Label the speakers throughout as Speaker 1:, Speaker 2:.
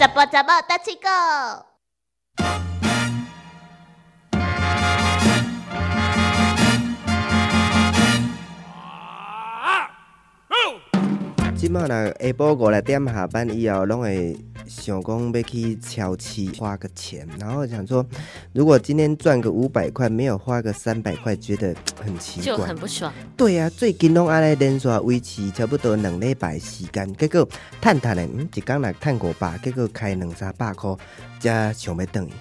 Speaker 1: 十八十八打七个。
Speaker 2: 即马若下晡五六点下班以后，拢会想讲要去超市花个钱，然后想说，如果今天赚个五百块，没有花个三百块，觉得很奇
Speaker 3: 就
Speaker 2: 怪
Speaker 3: 很。不爽。
Speaker 2: 对啊，最近拢安尼连续啊维持差不多两礼拜时间，结果趁趁的，嗯，一工来趁五百，结果开两三百块，才想要转去。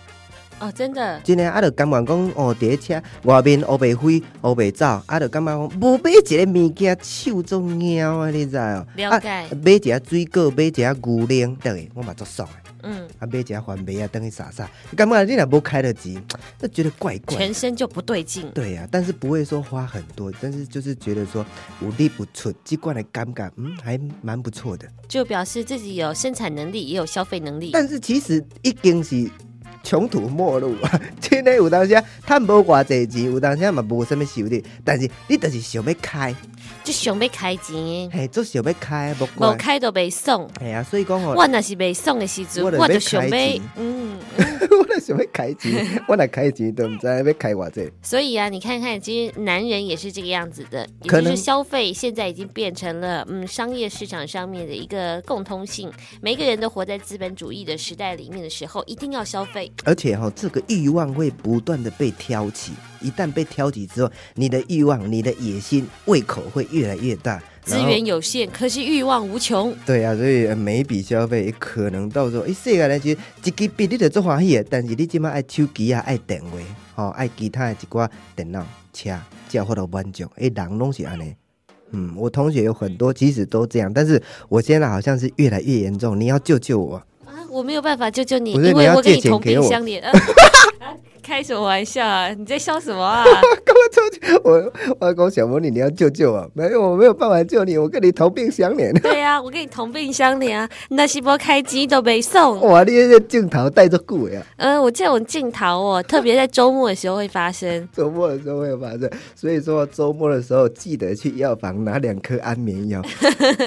Speaker 3: 哦，真的，
Speaker 2: 真诶，啊，就甘愿讲哦，伫咧车外面乌白飞、乌白走，啊，就感觉讲无买一个物件手足猫啊，你知哦？
Speaker 3: 了解
Speaker 2: 啊、买一个水果，买一个牛奶，等去我嘛足爽诶。
Speaker 3: 嗯，
Speaker 2: 啊，买一个番麦啊，等去撒撒，感觉你若无开了钱，就觉得怪怪的。
Speaker 3: 全身就不对劲。
Speaker 2: 对呀、但是不会说花很多，但是就是觉得说无力不出，这罐的尴尬，嗯，还蛮不错的。
Speaker 3: 就表示自己有生产能力，也有消费能力。
Speaker 2: 但是其实已经是穷途末路 啊！真的有当时趁无偌济钱，有当时啊嘛无什么收入，但是你就是想要开，
Speaker 3: 就想要开钱，
Speaker 2: 嘿，就想要开，无
Speaker 3: 无
Speaker 2: 管，
Speaker 3: 开都袂爽。
Speaker 2: 嘿啊，所以讲哦，
Speaker 3: 我若是袂爽的时阵，
Speaker 2: 我就
Speaker 3: 我
Speaker 2: 要
Speaker 3: 就想
Speaker 2: 开
Speaker 3: 要
Speaker 2: 钱，
Speaker 3: 嗯。
Speaker 2: 我若想要开钱， 我若开钱都毋知道要开偌济。
Speaker 3: 所以啊，你看看，其实男人也是这个样子的，也
Speaker 2: 可
Speaker 3: 就
Speaker 2: 能
Speaker 3: 是消费现在已经变成了嗯商业市场上面的一个共通性。每个人都活在资本主义的时代里面的时候，一定要消费。
Speaker 2: 而且哈、哦，这个欲望会不断的被挑起，一旦被挑起之后，你的欲望、你的野心、胃口会越来越大，
Speaker 3: 资
Speaker 2: 然后
Speaker 3: 源有限，可惜欲望无穷。
Speaker 2: 对啊，所以呃每一笔消费可能到时候，诶，世界来就一支笔你就做欢喜的，但是你即马爱手机啊，爱电话，吼、爱其他的一寡电脑、车，才有法度满足。诶，人拢是安尼。嗯，我同学有很多，其实都这样，但是我现在好像是越来越严重。你要救救我！
Speaker 3: 啊，我没有办法救救你，
Speaker 2: 不是
Speaker 3: 因
Speaker 2: 你
Speaker 3: 为
Speaker 2: 要
Speaker 3: 我跟
Speaker 2: 借
Speaker 3: 你
Speaker 2: 钱
Speaker 3: 同
Speaker 2: 给
Speaker 3: 病
Speaker 2: 我
Speaker 3: 相 怜。啊啊开什么玩笑啊？你在笑什么 啊？
Speaker 2: 我我讲小魔女，你要救救我！没有，我没有办法救你，我跟你同病相怜。
Speaker 3: 对啊，我跟你同病相怜啊。那是波开机都没送。
Speaker 2: 哇，你这个镜头带着鬼啊！
Speaker 3: 嗯、我这种镜头哦，特别在周末的时候会发生。
Speaker 2: 周末的时候会发生，所以说周末的时候记得去药房拿两颗安眠 药，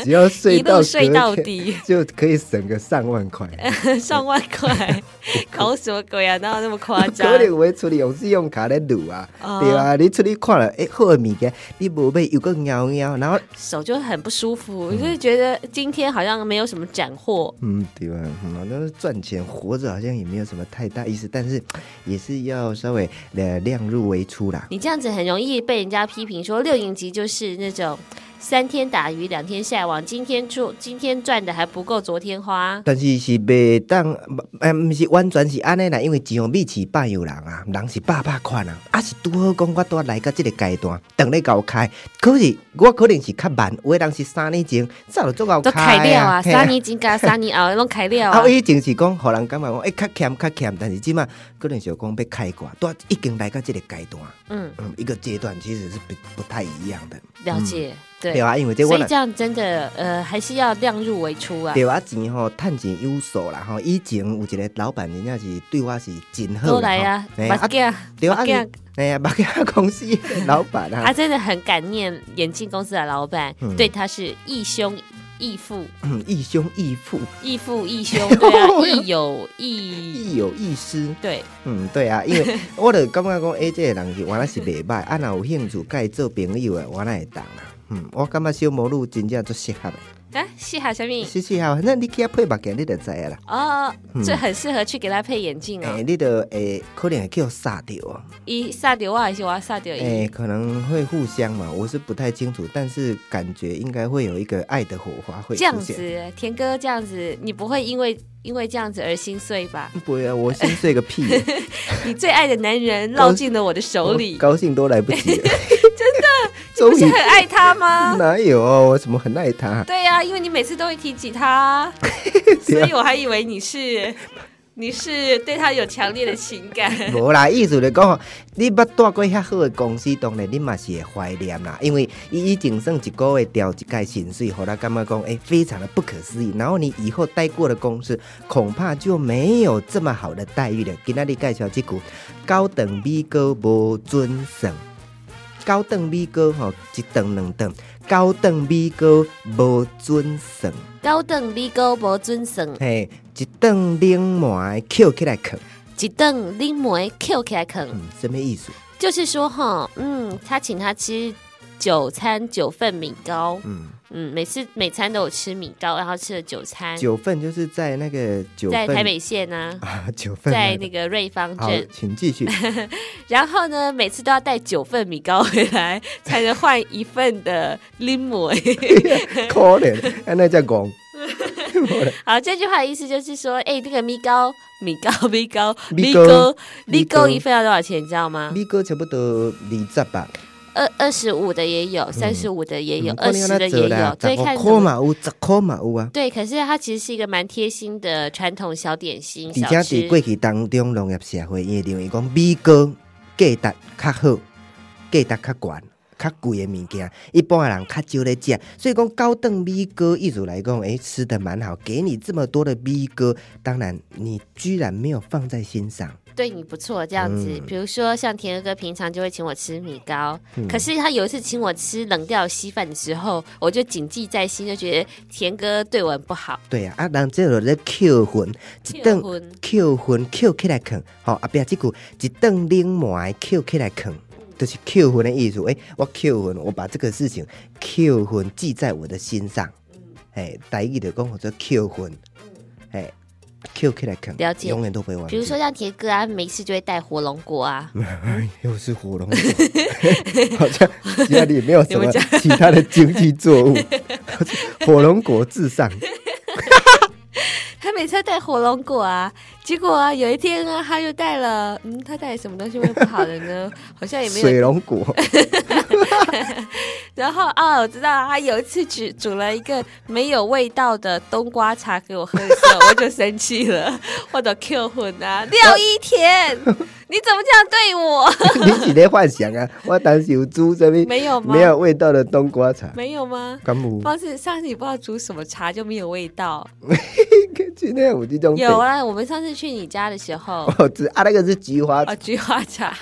Speaker 2: 只要睡
Speaker 3: 一
Speaker 2: 到
Speaker 3: 路睡
Speaker 2: 隔
Speaker 3: 到
Speaker 2: 天
Speaker 3: 底，
Speaker 2: 就可以省个上万块。
Speaker 3: 上万 块，搞什么鬼啊？哪有那么夸张
Speaker 2: 可？能会出去用信用卡来赌啊，
Speaker 3: 哦
Speaker 2: 对啊，你出去看了，哎、好的物件你无买又个喵喵，然后
Speaker 3: 手就很不舒服，就是觉得今天好像没有什么斩获。
Speaker 2: 嗯，对啊，嗯，但是赚钱活着好像也没有什么太大意思，但是也是要稍微呃量入为出啦。
Speaker 3: 你这样子很容易被人家批评说六年级就是那种三天打鱼两天晒网，今天出今天赚的还不够昨天花。
Speaker 2: 但是是袂当，呃，毋是完全是安尼啦，因为一样米饲百样人啊，人是百百款啊，啊是拄好讲我拄来到即个阶段，等咧够开，可是我可能是较慢，有的人是三年前早就足够
Speaker 3: 都开
Speaker 2: 开
Speaker 3: 料啊，
Speaker 2: 嘿
Speaker 3: 三年金加三年熬，拢开料
Speaker 2: 啊，
Speaker 3: 啊
Speaker 2: 我。以前是讲，互人感觉讲，哎、较欠较欠，但是即马可能想讲要开挂，拄已经来到即个阶段，
Speaker 3: 嗯，
Speaker 2: 嗯，一个阶段其实是不不太一样的，
Speaker 3: 了解，
Speaker 2: 对
Speaker 3: 对。
Speaker 2: 啊，因为这我
Speaker 3: 所以
Speaker 2: 若
Speaker 3: 这样真的，呃，还是要量入为出啊。
Speaker 2: 对啊，钱吼，趁钱有数啦吼。以前有一个老板，真正是对我是真好啦。
Speaker 3: 都来啊，
Speaker 2: 吼哎
Speaker 3: 目镜，
Speaker 2: 对啊，
Speaker 3: 目镜
Speaker 2: 啊哎呀， 目镜公司的老板啊
Speaker 3: 他，真的很感念眼镜公司的老板，
Speaker 2: 嗯
Speaker 3: 对他是义兄义父、
Speaker 2: 嗯义兄义父，
Speaker 3: 义父义兄，对啊，义友义，
Speaker 2: 义有义师。
Speaker 3: 对，
Speaker 2: 嗯，对啊，因为我就感觉讲，哎、这个人是原来是袂歹，啊，若有兴趣甲伊做朋友的，我哪会当啦。嗯，我感觉小魔女真正足适合的，
Speaker 3: 啊，是哈小米，
Speaker 2: 是是啊，反正你去遐配目镜，你就知啊啦。
Speaker 3: 哦
Speaker 2: 嗯，
Speaker 3: 这很适合去给他配眼镜
Speaker 2: 哎、
Speaker 3: 哦。
Speaker 2: 你就会可能会叫杀掉哦。
Speaker 3: 一撒掉我还是我要撒掉
Speaker 2: 哎、
Speaker 3: 一，
Speaker 2: 可能会互相嘛，我是不太清楚，但是感觉应该会有一个爱的火花会
Speaker 3: 这样
Speaker 2: 出现。
Speaker 3: 子，田哥这样子，你不会因为因为这样子而心碎吧？
Speaker 2: 不会啊，我心碎 个屁耶，
Speaker 3: 你最爱的男人落进了我的手里
Speaker 2: 我，高兴都来不及了。 真
Speaker 3: 不
Speaker 2: 的，
Speaker 3: 是
Speaker 2: 哦终于
Speaker 3: 很爱他吗？
Speaker 2: 哪有啊？我怎么很爱他？
Speaker 3: 对呀、因为你每次都会提起 他，
Speaker 2: 啊
Speaker 3: 所以我还以为你是你是对他有强烈的情感。
Speaker 2: 无啦，意思就讲吼，你捌带过遐好的公司，当然你嘛是会怀念啦，因为伊以前算一个月调一届薪水，互咱感觉讲，诶、非常的不可思议。然后你以后待过的公司，恐怕就没有这么好的待遇了。今仔日介绍即句，高等美高无准绳。九顿米糕吼，一顿两顿，九顿米糕无准算，
Speaker 3: 高等米糕无准算，
Speaker 2: 嘿，一顿冷糜捡起来啃，
Speaker 3: 一顿拎梅扣起来啃。
Speaker 2: 嗯，什么意思？
Speaker 3: 就是说哈，嗯，他请他吃九餐九份米糕，
Speaker 2: 嗯，
Speaker 3: 嗯，每次每餐都有吃米糕，然后吃了九餐，
Speaker 2: 九份就是在那个九
Speaker 3: 在
Speaker 2: 份
Speaker 3: 台北县呢、
Speaker 2: 啊，九份
Speaker 3: 在
Speaker 2: 个
Speaker 3: 那个瑞芳
Speaker 2: 好
Speaker 3: 镇，，
Speaker 2: 请 继续。
Speaker 3: 然后呢，每次都要带九份米糕回来，才能换一份的拎 梅。
Speaker 2: 可怜，安那叫戆。
Speaker 3: 好，这句话的意思就是说，哎、那个米糕、米糕、 米糕、
Speaker 2: 米
Speaker 3: 米
Speaker 2: 糕
Speaker 3: 糕、
Speaker 2: 米
Speaker 3: 米
Speaker 2: 糕
Speaker 3: 糕一份要多少钱？你知道吗？
Speaker 2: 米糕差不多二十吧，
Speaker 3: 二二十五的也有，三十五的也有，
Speaker 2: 嗯
Speaker 3: 二十、的也有，
Speaker 2: 十
Speaker 3: 对，
Speaker 2: 五
Speaker 3: 看怎
Speaker 2: 块
Speaker 3: 么
Speaker 2: 嘛有，十块嘛有啊。
Speaker 3: 对，可是它其实是一个蛮贴心的传统小点心小
Speaker 2: 而且
Speaker 3: 吃
Speaker 2: 伫。过去当中，农业社会伊会认为讲米糕价值较好，价值较悬。较贵的物件，一般的人较少咧食，所以讲高档米糕，意思来讲，诶、吃的蛮好，给你这么多的米糕，当然你居然没有放在心上，
Speaker 3: 对你不错，这样子。
Speaker 2: 嗯
Speaker 3: 比如说，像田哥哥平常就会请我吃米糕，可是他有一次请我吃冷掉稀饭的时候，我就谨记在心，就觉得田哥对我很不好。
Speaker 2: 对啊，啊，人这落咧扣分，一顿
Speaker 3: 扣分
Speaker 2: 扣分扣起来啃，吼、后壁即句一顿冷糜扣起来啃，就是扣分的意思。诶、我扣分，我把这个事情扣分记在我的心上。
Speaker 3: 嗯
Speaker 2: 诶、台语就讲叫做扣分，诶、扣起来啃，
Speaker 3: 了解
Speaker 2: 永远都不会忘记。
Speaker 3: 比如说，像田哥啊，没事就会带火龙果啊，
Speaker 2: 哎，又是火龙 果，好像家里没有什
Speaker 3: 你
Speaker 2: 么
Speaker 3: 们家
Speaker 2: 其他的经济 作物，火龙果至上。
Speaker 3: 他每次带火龙果啊，结果啊有一天啊，他就带了，嗯，他带什么东西会不好的呢？好像哎也没有
Speaker 2: 水龙果，
Speaker 3: 然后啊、我知道了他有一次煮煮了一个没有味道的冬瓜茶给我喝的时候，我就生气了，我的 Q 混啊，廖一田，你怎么这样对我？
Speaker 2: 你是在幻想啊？我当时有煮什么？
Speaker 3: 没有吗？
Speaker 2: 没有味道的冬瓜茶，
Speaker 3: 没有吗？
Speaker 2: 敢有？
Speaker 3: 上次上次你不知道煮什么茶就没有味道，
Speaker 2: 今天有这种
Speaker 3: 有啊，我们上次去你家的时候
Speaker 2: 病，，我知啊，那个是菊花
Speaker 3: 啊，
Speaker 2: 菊
Speaker 3: 菊花茶、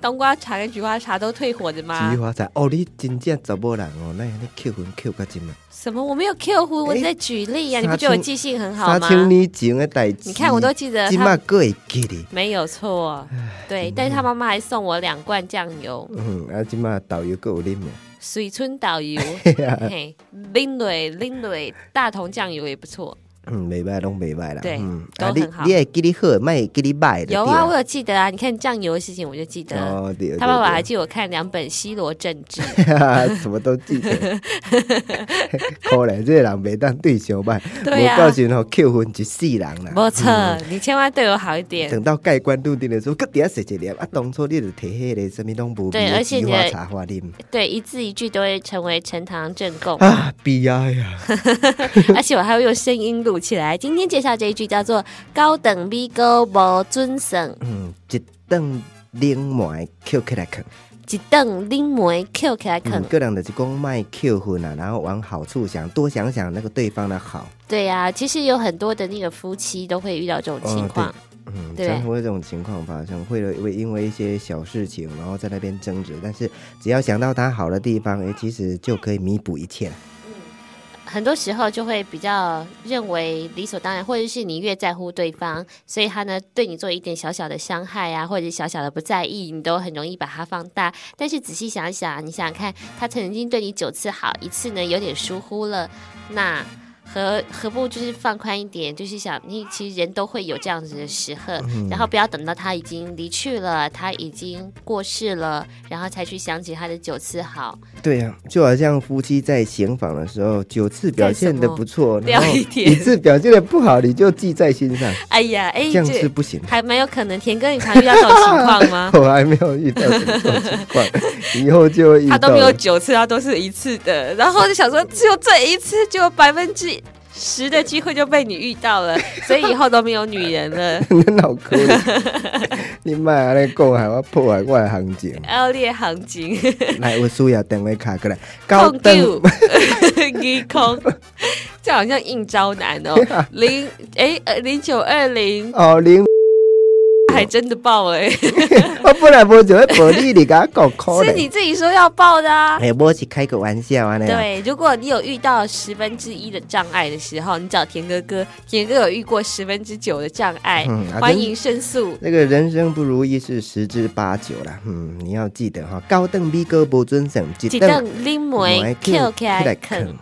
Speaker 3: 冬瓜茶跟菊花茶都退火的吗？
Speaker 2: 花茶。哦，你真正查某人哦，那样你扣分扣到真嘛？
Speaker 3: 什么？我没有 Q 胡，我
Speaker 2: 哎
Speaker 3: 在举例呀、
Speaker 2: 三
Speaker 3: 你不觉得我
Speaker 2: 千
Speaker 3: 记性很好
Speaker 2: 三
Speaker 3: 吗？
Speaker 2: 千年前的代志，
Speaker 3: 你看我都记得
Speaker 2: 今
Speaker 3: 他
Speaker 2: 嘛个会记哩。
Speaker 3: 没有错，对，但是他妈妈还送我两罐酱油，
Speaker 2: 嗯，啊，今嘛导游个有哦啉无？
Speaker 3: 水村导 游，
Speaker 2: 哎
Speaker 3: 嘿，拎蕊拎蕊大同酱油也不错。
Speaker 2: 嗯，袂歹，拢袂歹啦。
Speaker 3: 对
Speaker 2: 嗯，
Speaker 3: 都
Speaker 2: 啊，你
Speaker 3: 很好
Speaker 2: 你会记你好，莫会记你歹的。
Speaker 3: 有啊，我有记得啊，你看酱油的事情我就记得。
Speaker 2: 哦，对，
Speaker 3: 他爸爸还
Speaker 2: 对
Speaker 3: 借我看两本《西罗政 治》，
Speaker 2: 对什么都记 得。可怜这个人袂当对相歹，
Speaker 3: 对啊
Speaker 2: 无到时候扣分一世人啦。
Speaker 3: 没错，你千万对我好一点。
Speaker 2: 等到盖棺论定的时候，搁底下写一粒啊，当初你就摕迄个什么拢无
Speaker 3: 对
Speaker 2: 味的
Speaker 3: 而且
Speaker 2: 菊
Speaker 3: 你
Speaker 2: 花
Speaker 3: 的
Speaker 2: 茶花啉，
Speaker 3: 对，一字一句都会成为陈塘正供
Speaker 2: 啊，悲哀呀！
Speaker 3: 而且我还会用声音录起来。今天介绍这一句叫做“高等米高无尊省，
Speaker 2: 嗯，一顿冷糜扣起来啃，
Speaker 3: 一等拎梅 Q 起来啃
Speaker 2: 嗯，”。个人就是讲卖扣分啊，然后往好处想，多想想那个对方的好，
Speaker 3: 对呀、其实有很多的那个夫妻都会遇到这种情况，
Speaker 2: 嗯，
Speaker 3: 对
Speaker 2: 常常会有这种情况发生，会会因为一些小事情，然后在那边争执，但是只要想到他好的地方，哎，其实就可以弥补一切了。
Speaker 3: 很多时候就会比较认为理所当然，或者是你越在乎对方，所以他呢对你做一点小小的伤害啊，或者小小的不在意，你都很容易把它放大。但是仔细想一想，你想想看，他曾经对你九次好，一次呢有点疏忽了，那。何何不就是放宽一点，就是想你其实人都会有这样子的时刻，
Speaker 2: 嗯
Speaker 3: 然后不要等到他已经离去了，他已经过世了，然后才去想起他的九次好，
Speaker 2: 对呀、就好像夫妻在行房的时候，九次表现的不错，
Speaker 3: 干什么
Speaker 2: 然后
Speaker 3: 聊一天
Speaker 2: 次表现的不好，你就记在心上，
Speaker 3: 哎呀，哎，
Speaker 2: 这
Speaker 3: 这
Speaker 2: 样是不行的。
Speaker 3: 还蛮有可能。田哥，你常遇到这种情况吗？
Speaker 2: 我哦还没有遇到什么这种情况，以后就 会遇
Speaker 3: 他
Speaker 2: 到
Speaker 3: 都没有
Speaker 2: 了。
Speaker 3: 九次，他都是一次的。然后就想说，只有这一次，就有百分之十的机会就被你遇到 了，所以以后都没有女人了。
Speaker 2: 你脑壳里， 你莫安尼讲，害我破坏我的行情。
Speaker 3: 恶劣行情，
Speaker 2: 来，我需要电话卡过来。高
Speaker 3: 控
Speaker 2: 登，
Speaker 3: 丢， 一空，这好 像应招男哦。零哎呃零九二零
Speaker 2: 哦，零
Speaker 3: 还真的报了、欸，
Speaker 2: 我本来无想要报你，你甲我讲可
Speaker 3: 是
Speaker 2: 能
Speaker 3: 你。自己说要报的啊。
Speaker 2: 哎，我是开个玩笑安尼啊。
Speaker 3: 对，如果你有遇到十分之一的障碍的时候，你找田哥哥，田哥有遇过十分之九的障碍，
Speaker 2: 嗯啊
Speaker 3: 欢
Speaker 2: 真
Speaker 3: 迎申诉。
Speaker 2: 那个人生不如意是十之八九啦，嗯，你要记得哈，高凳米哥不准绳，一
Speaker 3: 几
Speaker 2: 凳
Speaker 3: 顿拎梅 Q 起来啃。